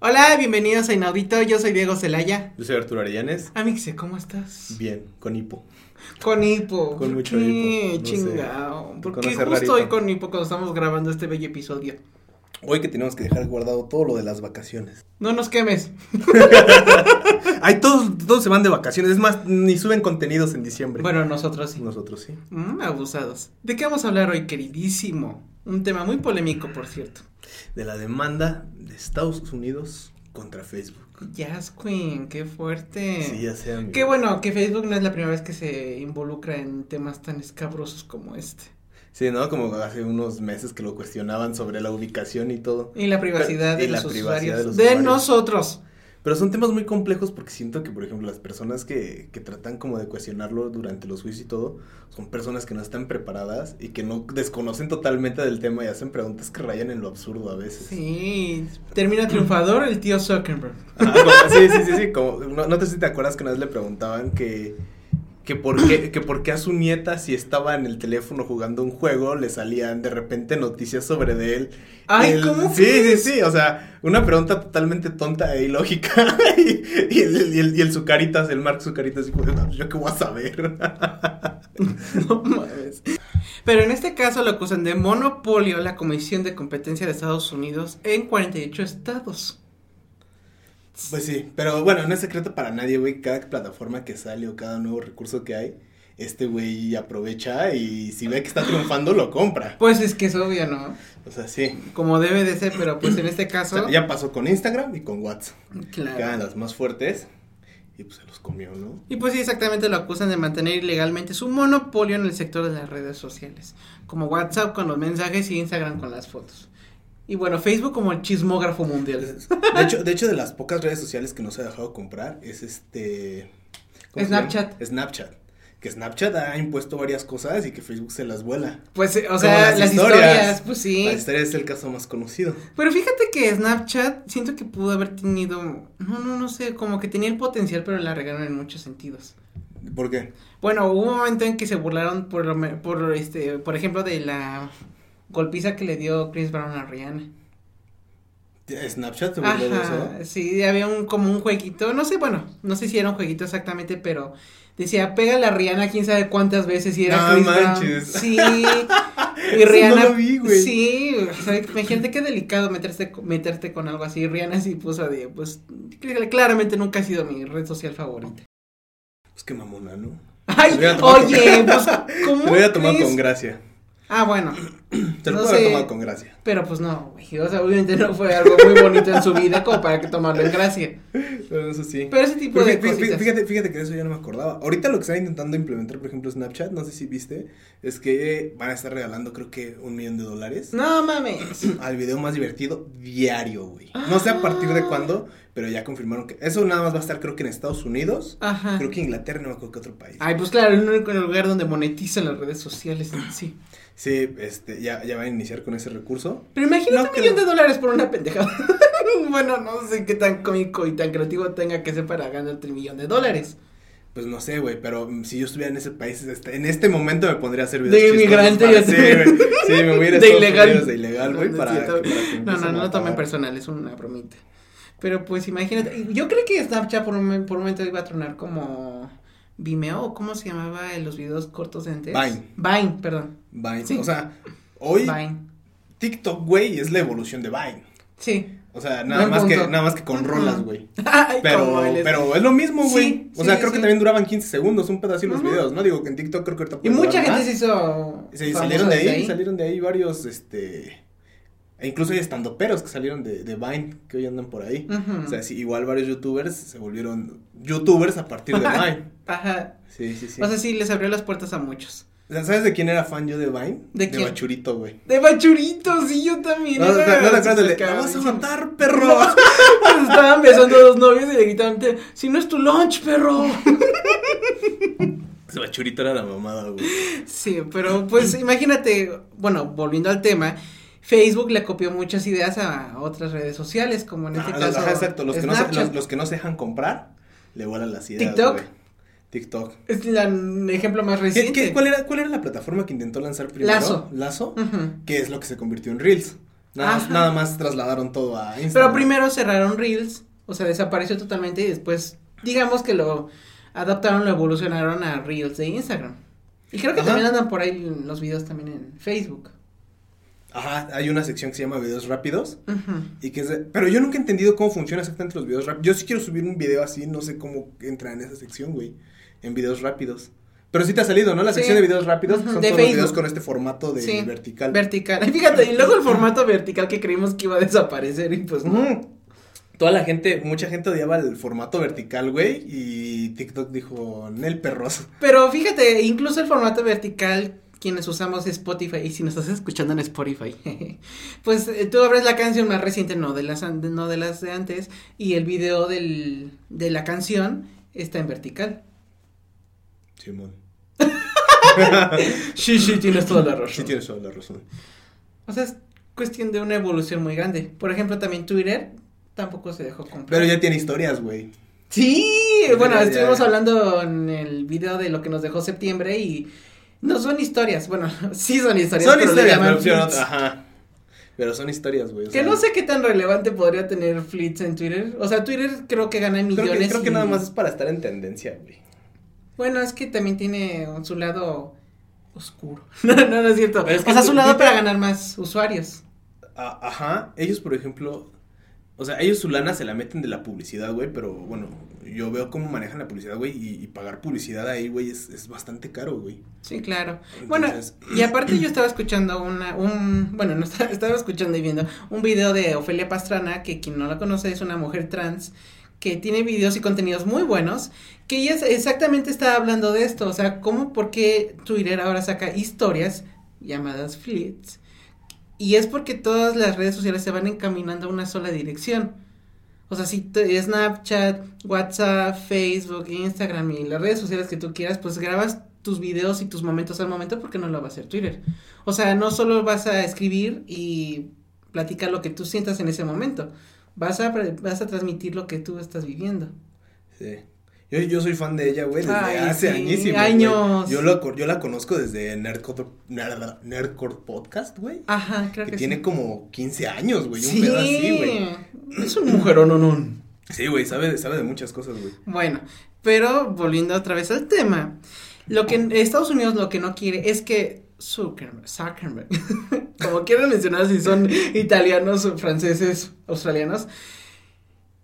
Hola, bienvenidos a Inaudito, yo soy Diego Celaya. Yo soy Arturo Arellanes. Amixe, ¿cómo estás? Bien, con hipo. Con hipo. Con ¿Por mucho qué? hipo, no sé. Chingao. ¿Por Con qué hacer justo rarito. hoy con hipo cuando estamos grabando este bello episodio? Hoy que tenemos que dejar guardado todo lo de las vacaciones. No nos quemes. Ay, todos, todos se van de vacaciones. Es más, ni suben contenidos en diciembre. Bueno, nosotros sí. Nosotros sí. Mm, abusados. ¿De qué vamos a hablar hoy, queridísimo? Un tema muy polémico, por cierto. De la demanda de Estados Unidos contra Facebook. Jazz Queen, qué fuerte. Sí, ya sea. amigo. Eh, Qué bueno que Facebook no es la primera vez que se involucra en temas tan escabrosos como este. Sí, ¿no? Como hace unos meses que lo cuestionaban sobre la ubicación y todo. Y la privacidad, y de, la los privacidad usuarios. de los de usuarios. nosotros. Pero son temas muy complejos porque siento que, por ejemplo, las personas que, que tratan como de cuestionarlo durante los juicios y todo, son personas que no están preparadas y que no desconocen totalmente del tema y hacen preguntas que rayan en lo absurdo a veces. Sí. Termina triunfador el tío Zuckerberg. Ajá, como- sí, sí, sí, sí, como- no, no sé si te acuerdas que una vez le preguntaban que, que, por qué, que por qué a su nieta, si estaba en el teléfono jugando un juego, le salían de repente noticias sobre de él. Ay, El- ¿cómo Sí, crees? sí, sí, o sea, una pregunta totalmente tonta e ilógica. y, y el, y el, y el Zucaritas, el Mark Zucaritas, dijo, "No, yo qué voy a saber. Pues No mames. Pero en este caso lo acusan de monopolio la Comisión de Competencia de Estados Unidos en 48 estados. Pues sí, pero bueno, no es secreto para nadie, güey. Cada plataforma que sale o cada nuevo recurso que hay, este güey aprovecha y si ve que está triunfando, lo compra. Pues es que es obvio, ¿no? O sea, sí. Como debe de ser, pero pues en este O caso. sea, ya pasó con Instagram y con WhatsApp, que eran Claro. las más fuertes, y pues se los comió, ¿no? Y pues sí, exactamente lo acusan de mantener ilegalmente su monopolio en el sector de las redes sociales, como WhatsApp con los mensajes y Instagram con las fotos. Y bueno, Facebook como el chismógrafo mundial. De hecho, de hecho, de las pocas redes sociales que no se ha dejado comprar es este... ¿cómo se Snapchat. llama? Snapchat. Que Snapchat ha impuesto varias cosas y que Facebook se las vuela. Pues, eh, o Como sea, las, historias, pues sí. La historia es el caso más conocido. Pero fíjate que Snapchat siento que pudo haber tenido, no, no, no sé, como que tenía el potencial, pero la regaron en muchos sentidos. ¿Por qué? Bueno, hubo un momento en que se burlaron por, lo me- por este, por ejemplo, de la golpiza que le dio Chris Brown a Rihanna. Snapchat se burló de eso. Ajá, sí, había un como un jueguito, no sé, bueno, no sé si era un jueguito exactamente, pero decía, pégale a Rihanna quién sabe cuántas veces y era No Chris Brown. manches. Sí. Y Eso Rihanna no lo vi, güey. Sí, o sea, imagínate qué delicado meterte co- meterte con algo así. Rihanna sí puso de pues claramente nunca ha sido mi red social favorita. Pues qué mamona, ¿no? Ay, Te hubiera tomado con- oye, pues cómo Te lo hubiera tomado crees? con gracia. Ah, bueno, Te lo No puedo haber sé. tomado con gracia. pero pues no, güey, o sea, obviamente no fue algo muy bonito en su vida como para que tomarlo en gracia. Pero eso sí. Pero ese tipo Pero de fí- fí- cositas. fíjate, fíjate que de eso yo no me acordaba. Ahorita lo que están intentando implementar, por ejemplo, Snapchat, no sé si viste, es que van a estar regalando creo que un millón de dólares No mames. al video más divertido diario, güey. No sé a partir Ah. de cuándo, pero ya confirmaron que eso nada más va a estar creo que en Estados Unidos, Ajá. creo que Inglaterra, no me acuerdo qué otro país. Ah. Ay, pues claro, el único lugar donde monetizan las redes sociales, sí. Sí, este, ya, ya van a iniciar con ese recurso. Pero imagínate No un millón de creo. dólares por una pendejada. bueno, no sé qué tan cómico y tan creativo tenga que ser para ganarte el millón de dólares. Pues no sé, güey, pero mm, si yo estuviera en ese país, este- en este momento me pondría a hacer videos De chistosos inmigrante, para- ya sí, sé. güey. Sí, me voy a ir a De Estados ilegal. Unidos de ilegal, No, güey, no es para, cierto. que- para que me No, no, empiecen no a lo tomen pagar. personal, es una bromita. Pero pues imagínate, y yo creo que Snapchat por un, mom- por un momento iba a tronar como Vimeo, o ¿cómo se llamaba en los videos cortos de antes? Vine. Vine, perdón. Vine, Sí. o sea, hoy Vine. TikTok, güey, es la evolución de Vine. Sí. O sea, nada Buen más que punto. nada más que con Ujú. rolas, güey. Ay, Pero cómo él es. pero es lo mismo, Sí, güey. o sí, sea, sí, creo sí. que también duraban 15 segundos, un pedacito los Ujú. videos, ¿no? Digo que en TikTok creo que ahorita Y puede mucha durar gente más. se hizo. famosa Sí, Pues, salieron de ahí, desde salieron de ahí varios, este, e incluso hay estandoperos que salieron de, de Vine, que hoy andan por ahí. Ujú. O sea, sí, igual varios youtubers se volvieron youtubers a partir de Vine. Ajá. Sí, sí, sí. O sea, sí, les abrió las puertas a muchos. O sea, ¿sabes de quién era fan yo de Vine? ¿De quién? Bachurito, güey. De Bachurito, sí, yo también. No, no, no, era- no te acuerdas del de, Cabrón. "La vas a matar, perro. Se Estaban besando a los novios y le gritaban, "Te- si no es tu lunch, perro. Ese Bachurito era la mamada, güey. Sí, pero pues imagínate, bueno, volviendo al tema, Facebook le copió muchas ideas a otras redes sociales, como en este Ah, caso. ajá, exacto, los que, no se, Snapchat. los, los que no se dejan comprar, le vuelan las ideas, TikTok. güey. TikTok. Es la- el ejemplo más ¿Qué- reciente. qué- cuál, era, ¿Cuál era la plataforma que intentó lanzar primero? Lazo. Lazo. Ujú. que es lo que se convirtió en Reels. Nada, más- Ajá. nada más trasladaron todo a Instagram. Pero primero cerraron Reels, o sea, desapareció totalmente y después, digamos que lo adaptaron, lo evolucionaron a Reels de Instagram. Y creo que Ajá. también andan por ahí los videos también en Facebook. Ajá, hay una sección que se llama videos rápidos. Ujú. Y que es de- Pero yo nunca he entendido cómo funciona exactamente los videos rápidos. Yo sí quiero subir un video así, no sé cómo entra en esa sección, güey. En videos rápidos. Pero sí te ha salido, ¿no? La Sí. sección de videos rápidos, que Ujú, son de todos los Facebook. videos con este formato de Sí, vertical. Vertical. Fíjate, y luego el formato vertical que creímos que iba a desaparecer y pues no. Ujú. Toda la gente, mucha gente odiaba el formato vertical, güey. Y TikTok dijo, Nel perros. Pero fíjate, incluso el formato vertical, quienes usamos Spotify, y si nos estás escuchando en Spotify, pues eh, tú abres la canción más reciente, no de las, an- no de, las de antes, y el video del, de la canción está en vertical. Simón. Sí, sí, tienes toda la Sí tienes toda la razón. O sea, es cuestión de una evolución muy grande. Por ejemplo, también Twitter tampoco se dejó comprar. Pero ya tiene historias, güey. Sí, Pero bueno, ya- estuvimos hablando en el video de lo que nos dejó septiembre y no son historias, bueno, sí son historias. Son pero le historias, llaman pero sí, fleets. ajá. Pero son historias, güey. o Que sea, no sé qué tan relevante podría tener Flits en Twitter. O sea, Twitter creo que gana millones. Creo que, creo que y- nada más es para estar en tendencia, güey. Bueno, es que también tiene su lado oscuro. No, no, no es cierto. Pero es que o sea, su tu- lado ahorita- para ganar más usuarios. A- Ajá, ellos por ejemplo, o sea, ellos su lana se la meten de la publicidad, güey, pero bueno, yo veo cómo manejan la publicidad, güey, y, y pagar publicidad ahí, güey, es, es bastante caro, güey. Sí, claro. Bueno, Entonces- y aparte yo estaba escuchando una, un, bueno, no estaba, estaba escuchando y viendo un video de Ofelia Pastrana, que quien no la conoce es una mujer trans que tiene videos y contenidos muy buenos, que ella es- exactamente está hablando de esto, o sea, cómo, por qué Twitter ahora saca historias llamadas flits, y es porque todas las redes sociales se van encaminando a una sola dirección. O sea, si te- Snapchat, WhatsApp, Facebook, Instagram y las redes sociales que tú quieras, pues grabas tus videos y tus momentos al momento porque no lo va a hacer Twitter. O sea, no solo vas a escribir y platicar lo que tú sientas en ese momento, vas a, pre- vas a transmitir lo que tú estás viviendo. Sí. Yo, yo soy fan de ella, güey, desde Ay, hace sí, añísimos, güey. años. Yo, lo, co- yo la conozco desde Nerdcore, Nerd- Nerdcore Podcast, güey. Ajá, creo que que, tiene sí. como 15 años, güey, un Sí, pedo así, güey. es un mujerón, no, no. Sí, güey, sabe, sabe de muchas cosas, güey. Bueno, pero volviendo otra vez al tema, lo que Estados Unidos lo que no quiere es que Zuckerberg, Zuckerberg, como quieran mencionar si son italianos o franceses, australianos,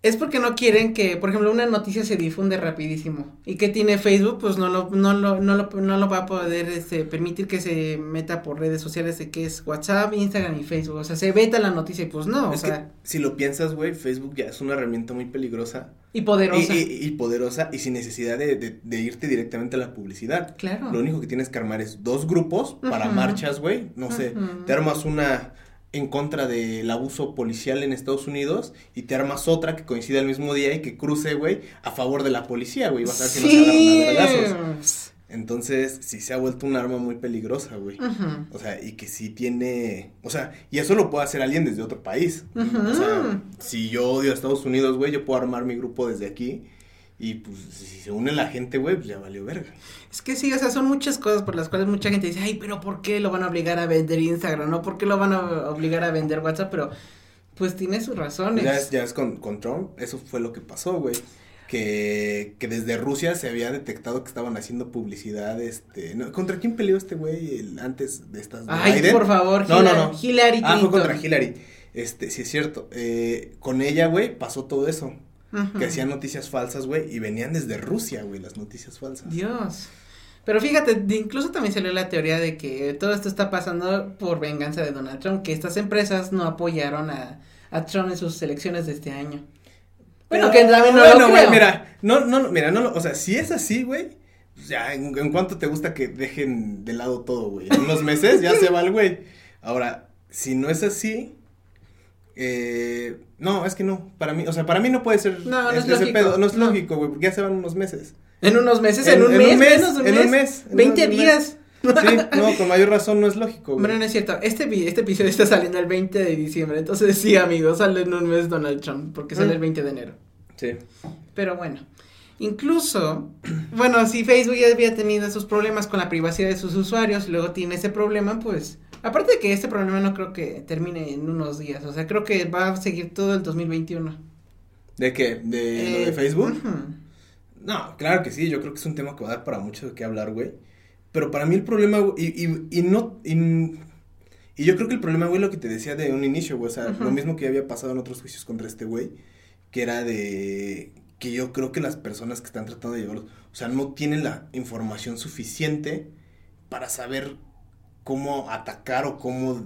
es porque no quieren que, por ejemplo, una noticia se difunde rapidísimo y que tiene Facebook, pues no lo, no lo, no lo, no lo va a poder este, permitir que se meta por redes sociales de que es WhatsApp, Instagram y Facebook, o sea, se veta la noticia y pues no, es o sea, que si lo piensas, güey, Facebook ya es una herramienta muy peligrosa y y- poderosa. Y, y poderosa y sin necesidad de, de- de irte directamente a la publicidad. claro. Lo único que tienes que armar es dos grupos para Ujú. marchas, güey. No sé, Ujú. te armas una en contra del abuso policial en Estados Unidos y te armas otra que coincida el mismo día y que cruce, güey, a favor de la policía, güey. Vas a ver si no se agarran a vergazos. Sí. Entonces, sí se ha vuelto un arma muy peligrosa, güey. Ujú. O sea, y que sí tiene. O sea, y eso lo puede hacer alguien desde otro país. Ujú. O sea, si yo odio a Estados Unidos, güey, yo puedo armar mi grupo desde aquí. Y pues, si se une la gente, güey, pues ya valió verga. Es que sí, o sea, son muchas cosas por las cuales mucha gente dice, ay, pero ¿por qué lo van a obligar a vender Instagram? ¿No? ¿Por qué lo van a obligar a vender WhatsApp? Pero, pues tiene sus razones. Ya es, ya es con, con Trump, eso fue lo que pasó, güey. Que, que desde Rusia se había detectado que estaban haciendo publicidad, este... no, ¿Contra quién peleó este güey el- antes de estas... de Ay, Biden? por favor, No, Hillary, no, no. Hillary Ah, fue Clinton. contra Hillary. Este, sí es cierto. eh, con ella, güey, pasó todo eso. Ujú. Que hacían noticias falsas, güey, y venían desde Rusia, güey, las noticias falsas. Dios. Pero fíjate, de- incluso también salió la teoría de que todo esto está pasando por venganza de Donald Trump, que estas empresas no apoyaron a, a Trump en sus elecciones de este año. Bueno, que también no Bueno, lo güey, creo. mira, no, no, mira, no, lo- o sea, si es así, güey, pues ya, ¿en, en cuánto te gusta que dejen de lado todo, güey? En unos meses ya se va el güey. Ahora, si no es así, eh, no, es que no, para mí, o sea, para mí no puede ser este, No, no es ese lógico. pedo, no es No. lógico, güey, porque ya se van unos meses. En unos meses, en, un, mes, menos de un en mes, un mes, en 20 un mes. días. Sí, no, con mayor razón no es lógico, güey. Bueno, no es cierto. Este, vi- este episodio está saliendo el 20 de diciembre. Entonces, sí, amigos, sale en un mes Donald Trump. Porque sale Mm. el 20 de enero. Sí. Pero bueno. Incluso, bueno, si Facebook ya había tenido esos problemas con la privacidad de sus usuarios y luego tiene ese problema, pues Aparte de que este problema no creo que termine en unos días, o sea, creo que va a seguir todo el 2021. ¿De qué? ¿De Eh, lo de Facebook? ujú. No, claro que sí, yo creo que es un tema que va a dar para mucho de qué hablar, güey. Pero para mí el problema, güey, y, y, y no, y, y yo creo que el problema, güey, lo que te decía de un inicio, güey, o sea, Ujú. lo mismo que ya había pasado en otros juicios contra este güey, que era de que yo creo que las personas que están tratando de llevarlos, o sea, no tienen la información suficiente para saber cómo atacar o cómo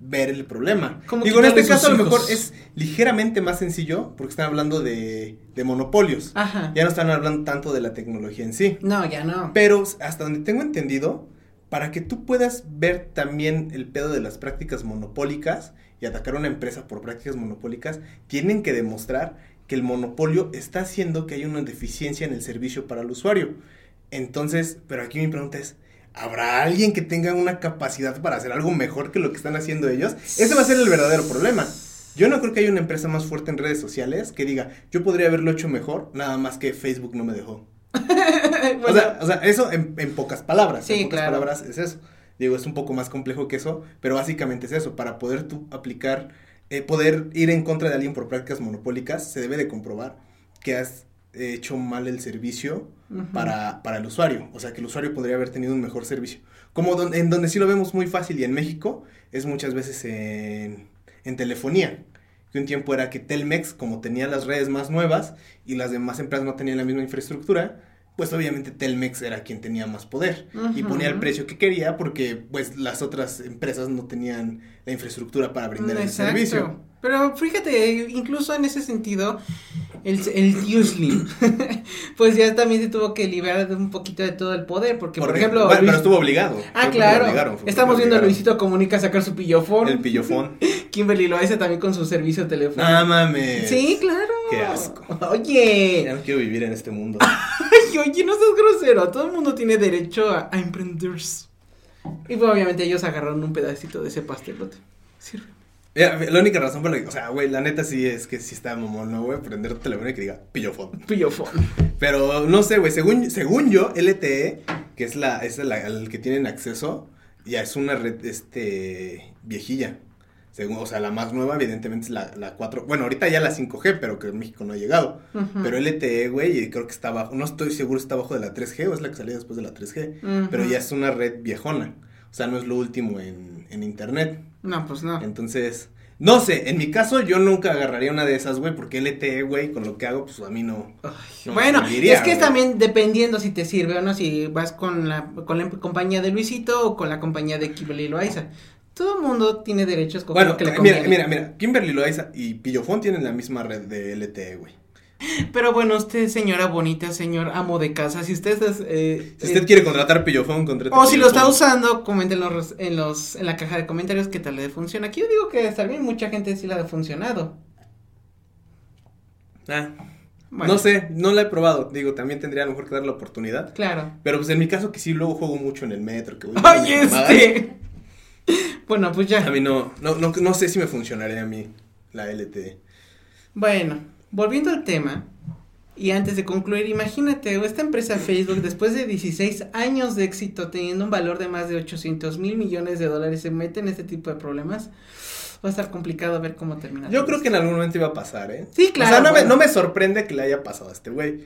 ver el problema. Como Digo, en este quitarle caso sus a lo mejor hijos. es ligeramente más sencillo porque están hablando de, de monopolios. Ajá. Ya no están hablando tanto de la tecnología en sí. No, ya no. Pero hasta donde tengo entendido, para que tú puedas ver también el pedo de las prácticas monopólicas y atacar a una empresa por prácticas monopólicas, tienen que demostrar que el monopolio está haciendo que hay una deficiencia en el servicio para el usuario. Entonces, pero aquí mi pregunta es, ¿habrá alguien que tenga una capacidad para hacer algo mejor que lo que están haciendo ellos? Ese va a ser el verdadero problema. Yo no creo que haya una empresa más fuerte en redes sociales que diga, yo podría haberlo hecho mejor, nada más que Facebook no me dejó. O Bueno, sea, o sea, eso en, en pocas palabras. Sí, en pocas claro. palabras es eso. Digo, es un poco más complejo que eso, pero básicamente es eso. Para poder tú aplicar, eh, poder ir en contra de alguien por prácticas monopólicas, se debe de comprobar que has eh, hecho mal el servicio ujú. para, para el usuario. O sea, que el usuario podría haber tenido un mejor servicio. Como don- en donde sí lo vemos muy fácil y en México es muchas veces en, en telefonía. Que un tiempo era que Telmex, como tenía las redes más nuevas y las demás empresas no tenían la misma infraestructura, pues obviamente Telmex era quien tenía más poder y ponía el Ujú. precio que quería porque pues las otras empresas no tenían la infraestructura para brindar el Exacto. servicio. Pero fíjate, incluso en ese sentido, el, el Uselim, pues ya también se tuvo que liberar de un poquito de todo el poder, porque, por Porque- ejemplo... bueno, pero Luis- estuvo obligado. Fue Ah, porque claro. lo obligaron, fue Estamos porque lo viendo a obligaron. Luisito Comunica sacar su pillofón. El pillofón. Kimberly Loaiza también con su servicio telefónico. Ah, mames. sí, claro. Qué asco. Ya Oye, no quiero vivir en este mundo. ay, oye, no seas grosero. Todo el mundo tiene derecho a, a emprenderse. Y pues, obviamente ellos agarraron un pedacito de ese pastelote. Sirve. Mira, la única razón por la que, o sea, güey, la neta sí es que sí está mamón, ¿no, güey? Prender tu teléfono y que diga pillofón. Pillofón. Pero no sé, güey, según, según yo, LTE, que es la, es la, al que tienen acceso, ya es una red, este, viejilla. Según, o sea, la más nueva, evidentemente, es la, la 4. Bueno, ahorita ya la 5G, pero que en México no ha llegado. Ujú. Pero LTE, güey, y creo que está abajo, no estoy seguro si está abajo de la 3G o es la que salió después de la 3G. Ujú. Pero ya es una red viejona. O sea, no es lo último en, en internet. No, pues no. Entonces, no sé, en mi caso yo nunca agarraría una de esas, güey, porque LTE, güey, con lo que hago, pues a mí no. Ay, No me bueno, serviría, es que güey. también dependiendo si te sirve o no, si vas con la, con la em- compañía de Luisito o con la compañía de Kimberly Loaiza. Todo el mundo tiene derecho a escoger Bueno, eh, lo que le mira, conviene. mira, mira, Kimberly Loaiza y Pillofón tienen la misma red de LTE, güey. Pero bueno, usted, señora bonita, señor amo de casa, si usted es, eh, Si usted eh, quiere contratar Pillofón, contrata o si lo está Pillofón. usando, comenten en los, en los en la caja de comentarios qué tal le funciona. Aquí yo digo que está bien, mucha gente sí la ha funcionado. Ah, Bueno, No sé, no la he probado. Digo, también tendría a lo mejor que dar la oportunidad. Claro. Pero pues en mi caso que sí, luego juego mucho en el metro, que voy Ay, con mis mamadas. este. bueno, pues ya. A mí no, no, no, no sé si me funcionaría a mí la LTE. Bueno, volviendo al tema, y antes de concluir, imagínate, esta empresa Facebook, después de 16 años de éxito, teniendo un valor de más de 800 mil millones de dólares, se mete en este tipo de problemas. Va a estar complicado ver cómo termina. Yo todo creo esto. que en algún momento iba a pasar, ¿eh? Sí, claro, O sea, no, bueno. me, no me sorprende que le haya pasado a este güey,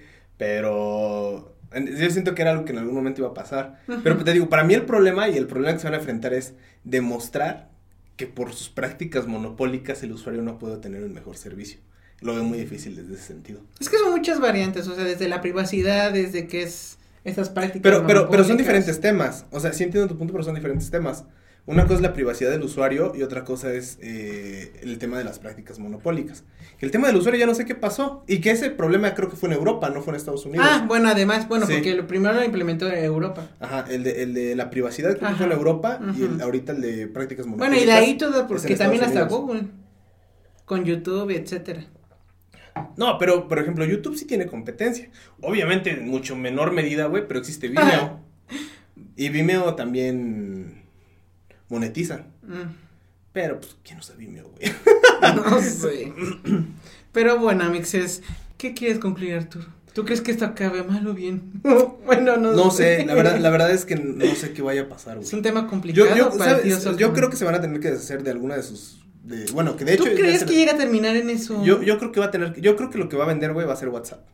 pero en- yo siento que era algo que en algún momento iba a pasar. Ujú. Pero te digo, para mí el problema y el problema que se van a enfrentar es demostrar que por sus prácticas monopólicas el usuario no puede tener un mejor servicio. Lo veo muy difícil desde ese sentido. Es que son muchas variantes, o sea, desde la privacidad, desde que es estas prácticas. Pero, pero, pero son monopólicas. diferentes temas. O sea, sí entiendo tu punto, pero son diferentes temas. Una cosa es la privacidad del usuario y otra cosa es eh, el tema de las prácticas monopólicas. Que el tema del usuario ya no sé qué pasó y que ese problema creo que fue en Europa, no fue en Estados Unidos. Ah, bueno, además, bueno, Sí. porque lo primero lo implementó en Europa. Ajá, el de, el de la privacidad creo que fue en Ajá. Europa y el- Ujú. ahorita el de prácticas Bueno, monopólicas. y de ahí todo, es porque en también Estados hasta Unidos. Google, con YouTube, etcétera. No, pero por ejemplo, YouTube sí tiene competencia. Obviamente en mucho menor medida, güey, pero existe Vimeo. Ajá. Y Vimeo también monetiza. Mm. Pero pues, ¿quién usa Vimeo, güey? No sé. Pero bueno, Amixes, ¿qué quieres concluir, Arturo? ¿Tú crees que esto acabe mal o bien? bueno, no, No sé, la verdad, la verdad es que no sé qué vaya a pasar, güey. Es un tema Yo, complicado yo, para el ¿sabes? tío yo Solomon. creo que se van a tener que deshacer de alguna de sus. de- bueno, que de ¿Tú hecho. ya crees se- que llega a terminar en eso? yo, yo creo que va a tener. Yo creo que lo que va a vender, güey, va a ser WhatsApp.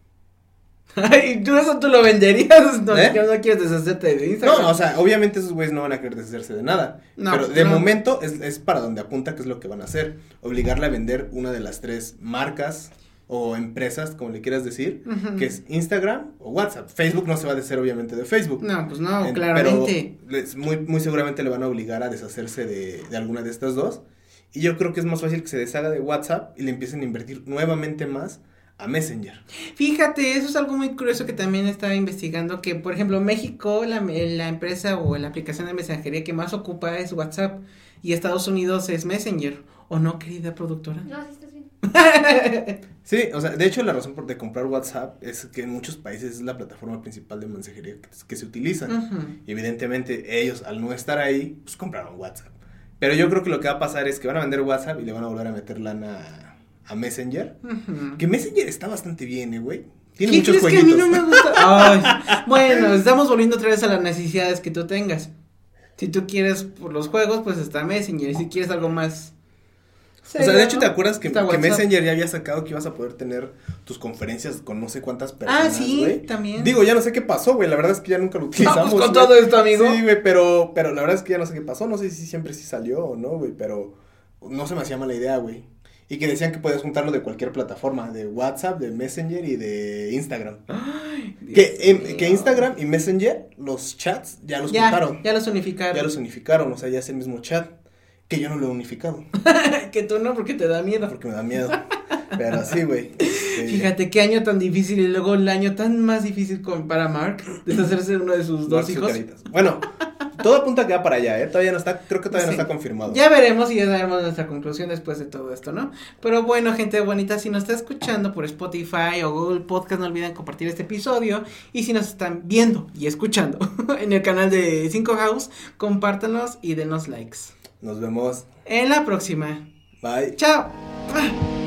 Ay, tú eso tú lo venderías. No, ¿Eh? yo no quieres deshacerte de Instagram. No, o sea, obviamente esos güeyes no van a querer deshacerse de nada. No, pues, pero de no. momento es, es para donde apunta que es lo que van a hacer. Obligarle a vender una de las tres marcas o empresas, como le quieras decir, Ujú. que es Instagram o WhatsApp. Facebook no se va a deshacer obviamente de Facebook. No, pues no, En- claramente. Pero les- muy, muy seguramente le van a obligar a deshacerse de, de alguna de estas dos. Y yo creo que es más fácil que se deshaga de WhatsApp y le empiecen a invertir nuevamente más a Messenger. Fíjate, eso es algo muy curioso que también estaba investigando, que por ejemplo México, la, la empresa o la aplicación de mensajería que más ocupa es WhatsApp y Estados Unidos es Messenger, ¿o no, querida productora? No, sí estás bien. Sí, o sea, de hecho la razón por de comprar WhatsApp es que en muchos países es la plataforma principal de mensajería que, que se utiliza. Ujú. Y evidentemente ellos al no estar ahí, pues compraron WhatsApp. Pero yo creo que lo que va a pasar es que van a vender WhatsApp y le van a volver a meter lana a Messenger. Ujú. Que Messenger está bastante bien, eh, güey. Tiene ¿Qué muchos crees que a mí jueguitos. no me gusta? Ay, bueno, estamos volviendo otra vez a las necesidades que tú tengas. Si tú quieres por los juegos, pues está Messenger. Y si quieres algo más. O sea, de hecho, ¿te acuerdas que, Está que WhatsApp. Messenger ya había sacado que ibas a poder tener tus conferencias con no sé cuántas personas, Ah, sí, güey? también. Digo, ya no sé qué pasó, güey. La verdad es que ya nunca lo Vamos utilizamos. con güey. todo esto, amigo. Sí, güey, pero, pero la verdad es que ya no sé qué pasó. No sé si siempre sí salió o no, güey, pero no se me hacía mala idea, güey. Y que decían que podías juntarlo de cualquier plataforma, de WhatsApp, de Messenger y de Instagram. Ah, Dios Que, em, mío. que Instagram y Messenger, los chats, ya los Ya, juntaron. ya los unificaron. Ya los unificaron, o sea, ya es el mismo chat. Que yo no lo he unificado, que tú no, porque te da miedo. porque me da miedo. Pero sí, güey. este, Fíjate qué año tan difícil y luego el año tan más difícil con, para Mark deshacerse de uno de sus dos Mark hijos. Zuckeritas. Bueno, todo apunta que va para allá, ¿eh? Todavía no está, creo que todavía Sí. no está confirmado. Ya veremos y ya daremos nuestra conclusión después de todo esto, ¿no? Pero bueno, gente bonita, si nos está escuchando por Spotify o Google Podcast, no olviden compartir este episodio. Y si nos están viendo y escuchando en el canal de 5 House, compártanos y denos likes. Nos vemos. En la próxima. Bye. ¡Chao! ¡Ah!